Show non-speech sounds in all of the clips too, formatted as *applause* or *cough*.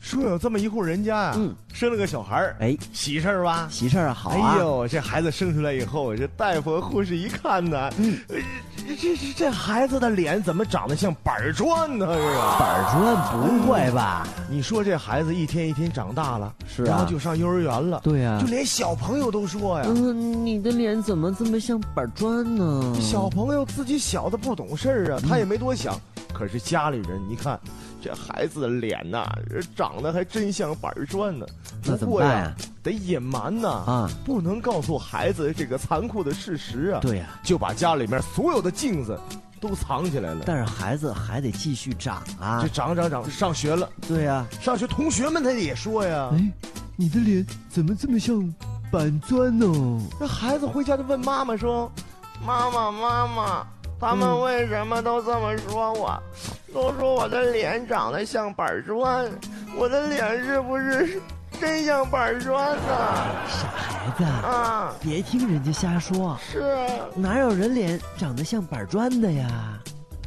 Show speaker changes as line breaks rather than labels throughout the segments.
说有这么一户人家啊，
嗯
生了个小孩儿，
哎，
喜事儿吧？
喜事儿啊好啊！
哎呦，这孩子生出来以后，这大夫和护士一看呢，
嗯
呃这这这这孩子的脸怎么长得像板砖呢？这个，
板砖不会吧？
你说这孩子一天一天长大了，
是
然后
啊，
就上幼儿园了，
对呀、
就连小朋友都说呀，
嗯，你的脸怎么这么像板砖呢？
小朋友自己小的不懂事儿啊，他也没多想。可是家里人一看，这孩子的脸呐、长得还真像板砖呢。
那
不
怎么
过
办啊
呀，
呀、
得隐瞒呐、
啊？
不能告诉孩子这个残酷的事实啊。，
对呀、
就把家里面所有的镜子都藏起来了。
但是孩子还得继续长啊
这。长长长，上学了，
对呀、
上学同学们他也说呀，
哎，你的脸怎么这么像板砖呢？
那孩子回家就问妈妈说：“妈妈，妈妈，他们为什么都这么说我？都说我的脸长得像板砖，我的脸是不是真像板砖呢？
傻孩子啊，
啊，
别听人家瞎说，
是啊。”
哪有人脸长得像板砖的呀？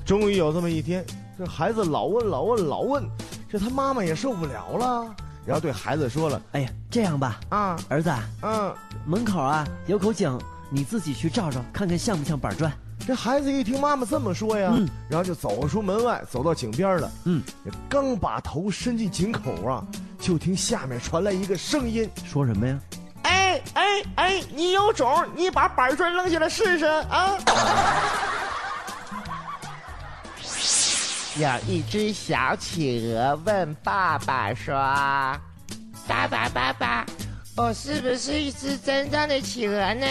终于有这么一天，这孩子老问老问老问，这他妈妈也受不了了，然后对孩子说了
哎呀，这样吧，：“
啊，
儿子啊，
嗯。”
门口啊有口井，你自己去照照，看看像不像板砖。
这孩子一听妈妈这么说呀，
嗯
然后就走出门外，走到井边了。
嗯，
刚把头伸进井口啊，就听下面传来一个声音
说什么呀？：“
哎哎哎，你有种，你把板砖扔下来试试啊！”
有一只小企鹅问爸爸说：“爸爸，爸爸，我是不是一只真正的企鹅呢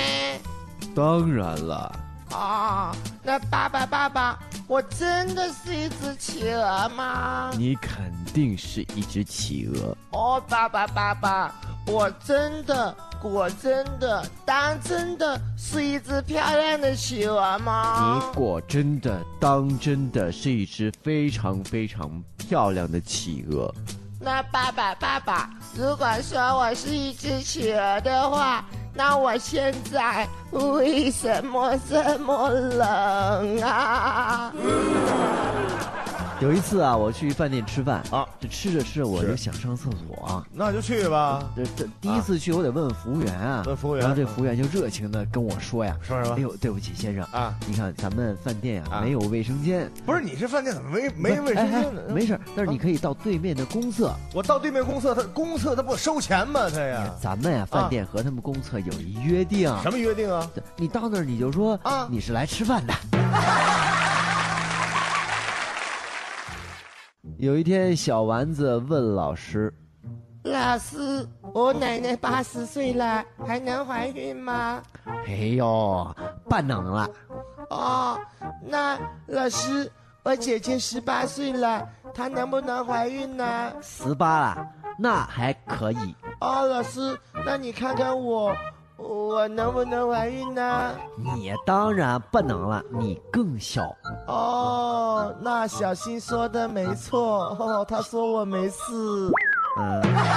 当然了。？”
哦，那爸爸，爸爸，我真的是一只企鹅吗？
你肯定是一只企鹅，
哦，爸爸，爸爸，我真的，果真的，当真的是一只漂亮的企鹅吗？
你果真的当真的是一只非常非常漂亮的企鹅，
那爸爸，爸爸，如果说我是一只企鹅的话，那我现在为什么这么冷啊？
有一次啊，我去饭店吃饭
啊，
这吃着吃着我
是
就想上厕所啊。
那就去吧。
这这第一次去，我得问问服务员啊。
问服务员
然后这服务员就热情的跟我说呀：“
说什么
哎呦，对不起，先生，
啊，
你看咱们饭店啊
啊
没有卫生间，
不是你这饭店怎么没没
不
卫
是
生
哎
间
哎
嗯啊呢？
没事儿，但是你可以到对面的公厕。
我到对面公厕，他公厕他不收钱吗？他呀，
咱们呀，饭店和他们公厕有一约定，
啊什么约定啊？
对你到那儿你就说
啊
你是来吃饭
*laughs*
的。有一天，小丸子问老师
老师，我奶奶八十岁了，还能怀孕吗？：“
哎呦，办能了，
哦，那老师，我姐姐十八岁了，她能不能怀孕呢？
十八了，那还可以。
哦，老师，那你看看我，我能不能怀孕呢？
你当然不能了，你更小。
哦，那小新说的没错，哦，他说我没事。
嗯。” *laughs*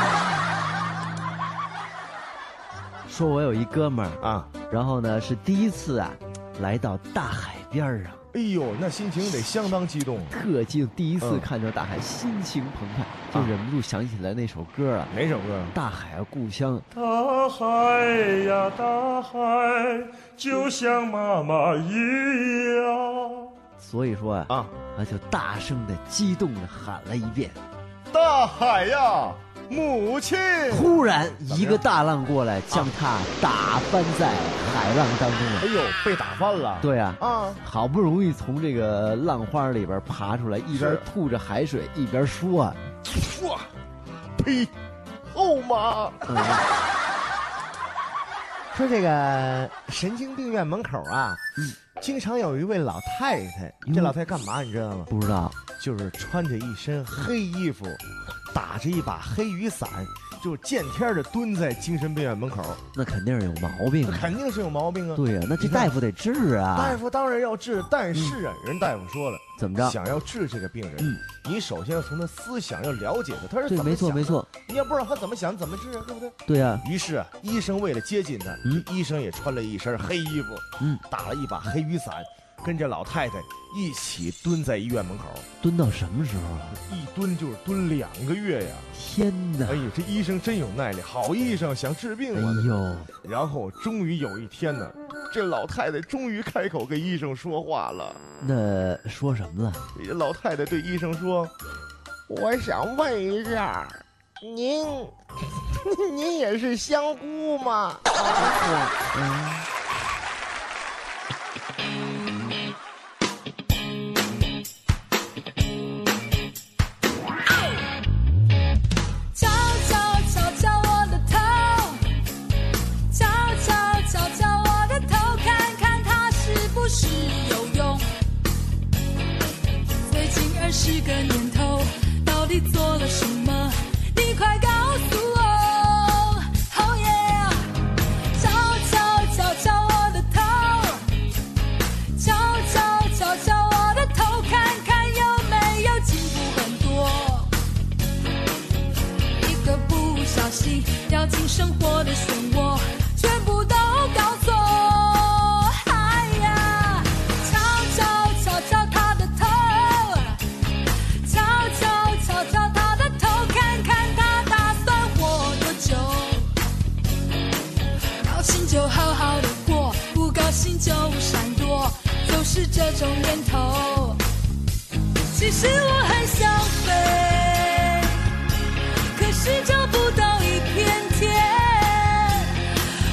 说我有一哥们儿，
啊，
然后呢是第一次啊，来到大海边儿啊，
哎呦，那心情得相当激动。啊
特境第一次
嗯
看到大海，心情澎湃，就忍不住想起来那首歌啊，
哪首歌啊？
大海啊，故乡，
大海呀，大海，就像妈妈一样。
所以说啊，
啊，
他就大声的、激动的喊了一遍。
大海呀，母亲。
忽然，一个大浪过来，将他打翻在海浪当中
哎
了。
呦，被打翻了。
对啊，
啊，
好不容易从这个浪花里边爬出来，一边
是
吐着海水，一边说啊，
哇，呸！后妈，
啊
*laughs* 说这个神经病院门口啊，经常有一位老太太。这老太太干嘛你知道吗？
不知道
就是穿着一身黑衣服，打着一把黑雨伞，就见天的蹲在精神病院门口。
那肯定是有毛病
那
啊。
肯定是有毛病啊！
对呀、那这
你看
大夫得治啊
大。夫当然要治，但是啊，人大夫说了，
怎么着？
想要治这个病人，
嗯
你首先要从他思想要了解他，他是
对，
怎么
没错
想的
没，错，
你要不知道他怎么想，怎么治啊，对不对？
对呀、
于是啊，医生为了接近他，
嗯
医生也穿了一身黑衣服，
嗯，
打了一把黑雨伞，跟着老太太一起蹲在医院门口，
蹲到什么时候啊？
一蹲就是蹲两个月呀！
天哪
哎！呀，这医生真有耐力，好医生想治病
啊哎
啊！
呦，
然后终于有一天呢，这老太太终于开口跟医生说话了。
那说什么了？
这老太太对医生说
我想问一下，您您也是香菇吗？：“
敲敲敲敲我的头，敲敲敲敲我的头，看看它是不是有用。最近二十个年头，到底做了什么？你快告诉我！哦耶！敲敲敲敲我的头，敲敲敲敲我的头，看看有没有进步很多。一个不小心掉进生活的漩涡，全部都搞错。哎呀，敲敲敲敲他的头，敲敲敲敲他的头，看看他打算活多久。高兴就好好的过，不高兴就闪躲，就是这种念头。其实我很想飞。可是找不到一片天。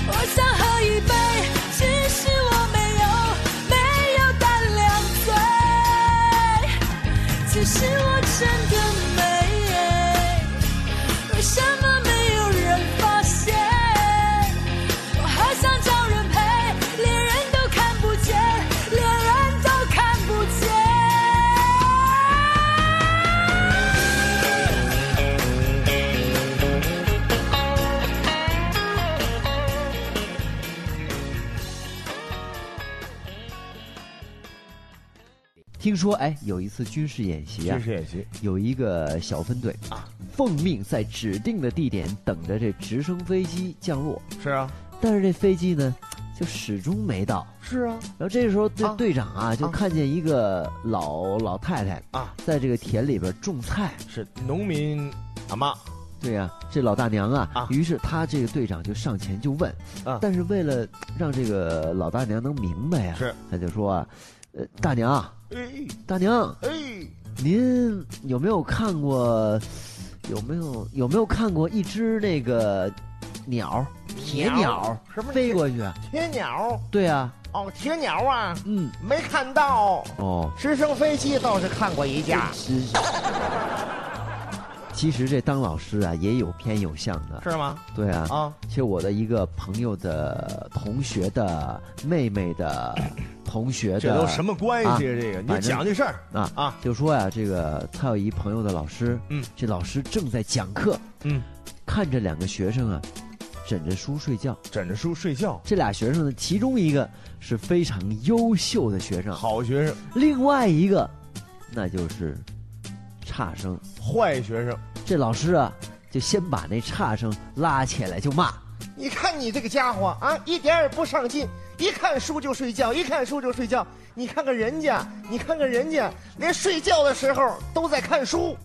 我想喝一杯，只是我没有没有胆量醉。其实我真的美，为什么没有人发现？我好想找人陪，连人都看不见，连人都看不见。
听说哎，有一次军事演：“习啊，
军事演习，
有一个小分队啊，奉命在指定的地点等着这直升飞机降落，
是啊，
但是这飞机呢，就始终没到。
是啊，
然后这时候队、
啊
队长啊，就
啊
看见一个老老太太
啊，
在这个田里边种菜。
是农民阿妈，
对呀、这老大娘啊，
啊
于是他这个队长就上前就问，
啊
但是为了让这个老大娘能明白呀、
是
他就说啊，呃，大娘，
哎
大娘，
哎，
您有没有看过，有没有有没有看过一只那个鸟，铁鸟
什么
飞过去？
铁鸟
对啊，
哦，铁鸟啊，
嗯，
没看到
哦，
直升飞机倒是看过一架，
是。其实这当老师啊，也有偏有向的。
是吗？
对啊，
啊，
其实我的一个朋友的同学的妹妹的同学的，
这都什么关系哎啊？
啊
这个你
反正
讲这事儿
啊
啊？
就说呀、这个他有一朋友的老师，
嗯，
这老师正在讲课，
嗯，
看着两个学生啊，枕着书睡觉。
枕着书睡觉，
这俩学生呢，其中一个是非常优秀的学生，
好学生，
另外一个那就是差生。
坏学生，
这老师啊，就先把那差生拉起来就骂。
你看你这个家伙啊，一点也不上进，一看书就睡觉，一看书就睡觉。你看看人家，你看看人家，连睡觉的时候都在看书。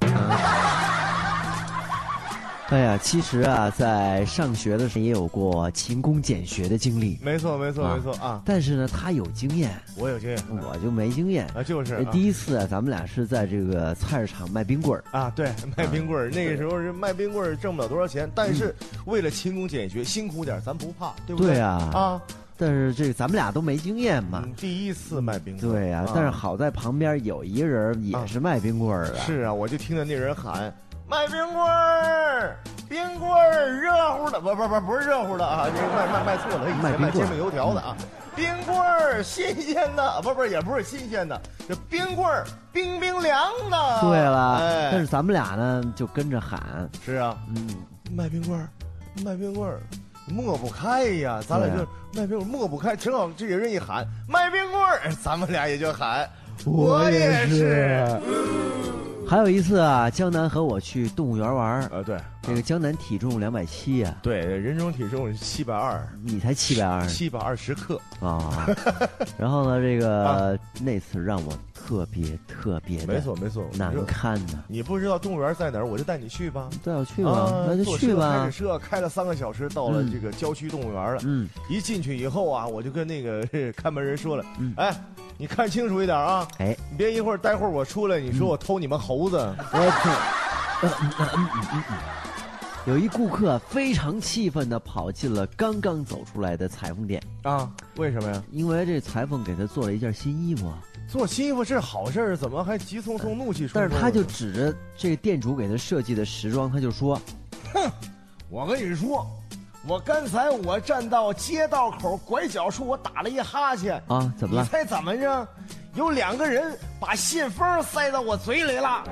哎呀，其实啊，在上学的时候也有过勤工俭学的经历，
没错，没错，
啊
没错啊！
但是呢，他有经验，
我有经验
我就没经验。
啊，就是
哎
啊
第一次啊，咱们俩是在这个菜市场卖冰棍儿，
啊，对，
嗯
卖冰棍儿，那个时候是卖冰棍儿挣不了多少钱，但是为了勤工俭学，辛苦点儿，咱不怕，对不
对
啊，
啊，
啊，
但是这个咱们俩都没经验嘛。
嗯第一次卖冰棍儿，
对呀、啊但是好在旁边有一个人也是卖冰棍儿的，
是啊，我就听见那人喊：“卖冰棍儿，冰棍儿热乎的，不不不，不是热乎的啊，这个卖卖卖错了，以
嗯卖
前
冰
卖
棍
煎
儿嗯
饼油条的啊，冰棍儿新鲜的，不不也不是新鲜的，这冰棍儿冰冰凉
哦
的。”
对了，
哎，
但是咱们俩呢就跟着喊，
是啊，
嗯，
卖冰棍儿，卖冰棍儿。抹不开呀，咱俩就
对
啊
是卖冰棍儿抹不开，正好这有人一喊 *laughs* 卖冰棍儿，咱们俩也就喊，
我也
也
是
是。
还有一次啊，江南和我去动物园玩儿，
呃，对
这个江南体重两百七啊，
对，人中体重七百二，
你才七百二
七百二十克，
啊。 *laughs* 然后呢，这个那次让我特别特别
啊没
的
错没错。你
难
说
堪呢。
你不知道动物园在哪儿，我就带你去吧。
对，我去
啊
吧，，那就
坐
去
车开
吧
着。车开了三个小时，到了
嗯
这个郊区动物园了。
嗯，
一进去以后啊，我就跟那个 *laughs* 嘿看门人说了
嗯：“
哎，你看清楚一点啊，
哎， *laughs*
你别一会儿待会儿我出来，你
嗯
说我偷你们猴子。
我去。呃嗯嗯嗯嗯嗯嗯有一顾客非常气愤地跑进了刚刚走出来的裁缝店，
啊？为什么呀？
因为这裁缝给他做了一件新衣服啊，
做新衣服是好事儿，怎么还急匆匆怒气冲冲？
但是他就，指着这个店主给他设计的时装，他就说
我跟你说，我刚才我站到街道口拐角处，我打了一哈欠，
啊，怎么
你
了？
猜怎么着？有两个人把信封塞到我嘴里了。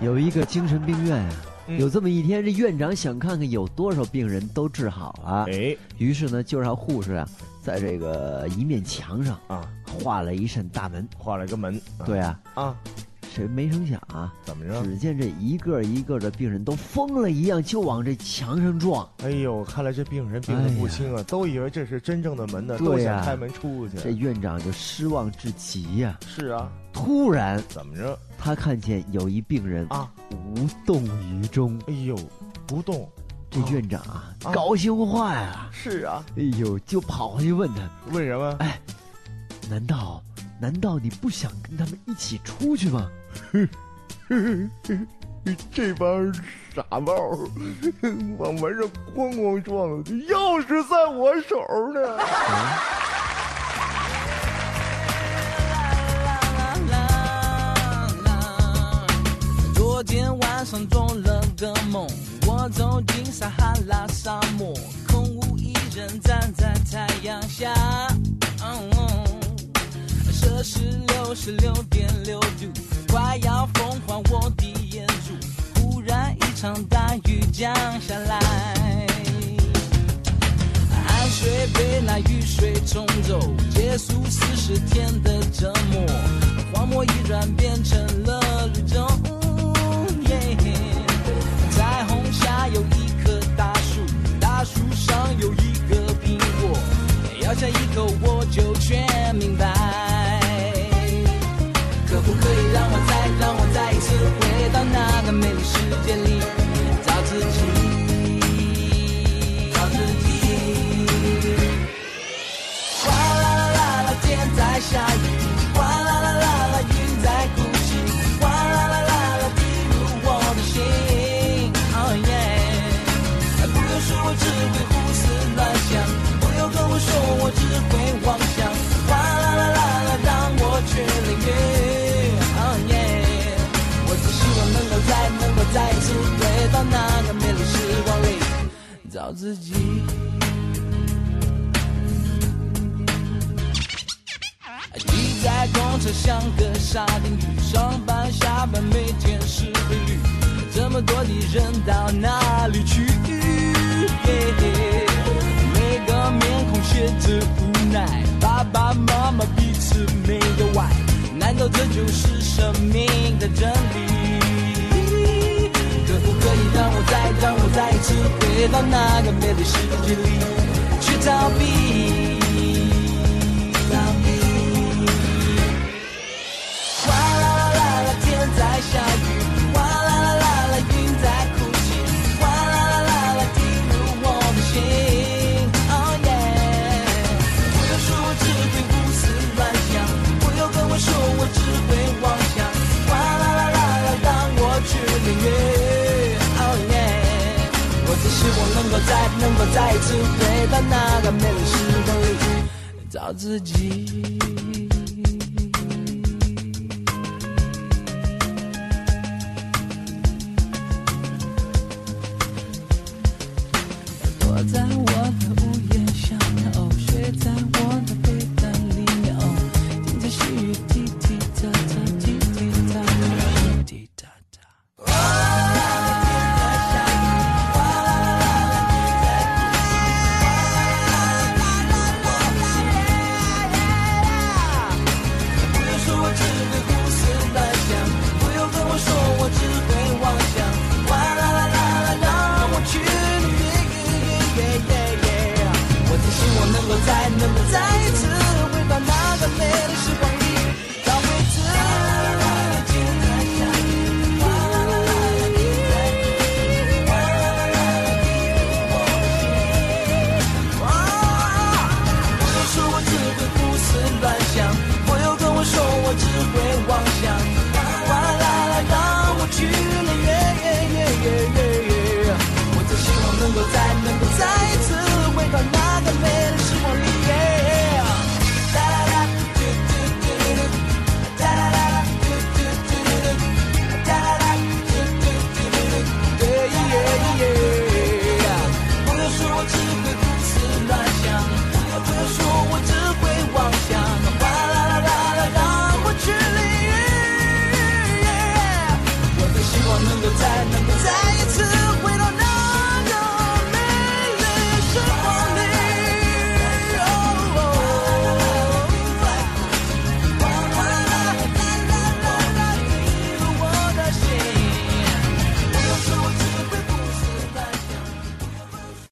有一个精神病院啊，
嗯
有这么一天，这院长想看看有多少病人都治好了，
哎，
于是呢，就让护士啊，在这个一面墙上
啊，
画了一扇大门。
画了个门。
对啊，
啊，
谁没成想啊，
怎么着？
只见这一个一个的病人都疯了一样，就往这墙上撞。
哎呦，看来这病人病得不轻啊，都以为这是真正的门呢，
对
都想
呀
开门出去。
这院长就失望至极呀、
是啊，
突然，
怎么着？
他看见有一病人
啊，
无动于衷，
哎呦，不动。
这院长啊
啊
高兴坏了，
是啊，
哎呦，就跑回去问他：
为什么？
难道难道你不想跟他们一起出去吗？
这帮傻帽儿 *laughs* 往门上咣咣撞，钥匙在我手呢。
昨天晚上做了个梦，我走进撒哈拉沙漠，空无一人站在太阳下。摄氏六十六点六度，快要疯狂我的眼珠。忽然一场大雨降下来，汗水被那雨水冲走，结束四十天的折磨。荒漠一转变成了绿洲，耶彩虹下有一棵大树，大树上有一个苹果，咬下一口我就全明白。可不可以让我再让我再一次回到那个美丽世界里，找自己，找自己。哗啦啦啦啦，天在下雨，哗啦啦啦啦，云在哭泣，哗啦啦啦啦，滴入我的心。Oh yeah，不用说，我只会胡思乱想；不用跟我说，我只会妄想。哗啦啦啦啦，让我去淋雨。Oh yeah，我只希望能够再能够再一次回到那个美丽时光里，找自己。挤在公车像个沙丁鱼，上班下班每天是规律。这么多的人到哪里去？嘿嘿每个面孔写着无奈，爸爸妈妈彼此没有爱，难道这就是生命的真理？可不可以让我再让我再一次回到那个美丽世界里去逃避？逃避。哗啦啦啦啦，天在下雨，哗啦啦啦啦，云在哭泣，哗啦啦啦啦，滴入我的心。Oh yeah，不用说，我只会胡思乱想；不用跟我说，我只会妄想。哗啦啦啦啦，让我去淋雨。Oh yeah，我只希望能够再能够再一次回到那个美丽时光里，找自己。哦